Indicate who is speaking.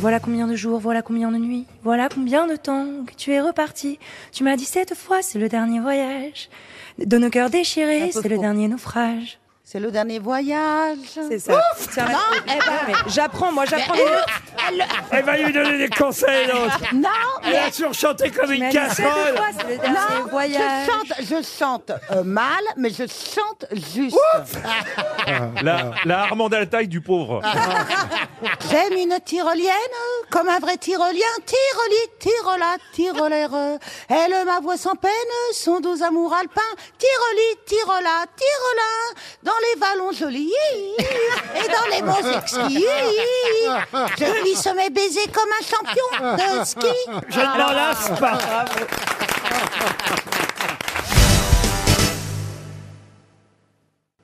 Speaker 1: Voilà combien de jours, voilà combien de nuits, voilà combien de temps que tu es reparti. Tu m'as dit cette fois, c'est le dernier voyage. De nos cœurs déchirés,
Speaker 2: Un peu
Speaker 1: c'est le
Speaker 2: faux.
Speaker 1: dernier naufrage.
Speaker 2: C'est le dernier voyage.
Speaker 1: C'est ça. Tiens, là, eh ben, eh, mais j'apprends, moi j'apprends. des notes.
Speaker 3: Elle va lui donner des conseils, l'autre.
Speaker 2: Non,
Speaker 3: Elle a surchanté comme
Speaker 1: Ah. Tu
Speaker 3: une
Speaker 1: m'as dit cette
Speaker 3: casserole.
Speaker 1: fois, c'est le
Speaker 2: non,
Speaker 1: dernier
Speaker 2: je
Speaker 1: voyage.
Speaker 2: chante, je chante euh, mal, mais je chante juste.
Speaker 4: La, la Armande Altaï du pauvre.
Speaker 1: Ah.
Speaker 2: J'aime une tyrolienne, comme un vrai tyrolien. Tyroli, tyrola, tyrolaire. Elle m'avoue sans peine son doux amour alpin. Tyroli, tyrola, tyrolin. Dans les vallons jolis et dans les monts exquis. Je glisse mes baisers comme un champion de ski.
Speaker 3: Je ne m'en lasse pas.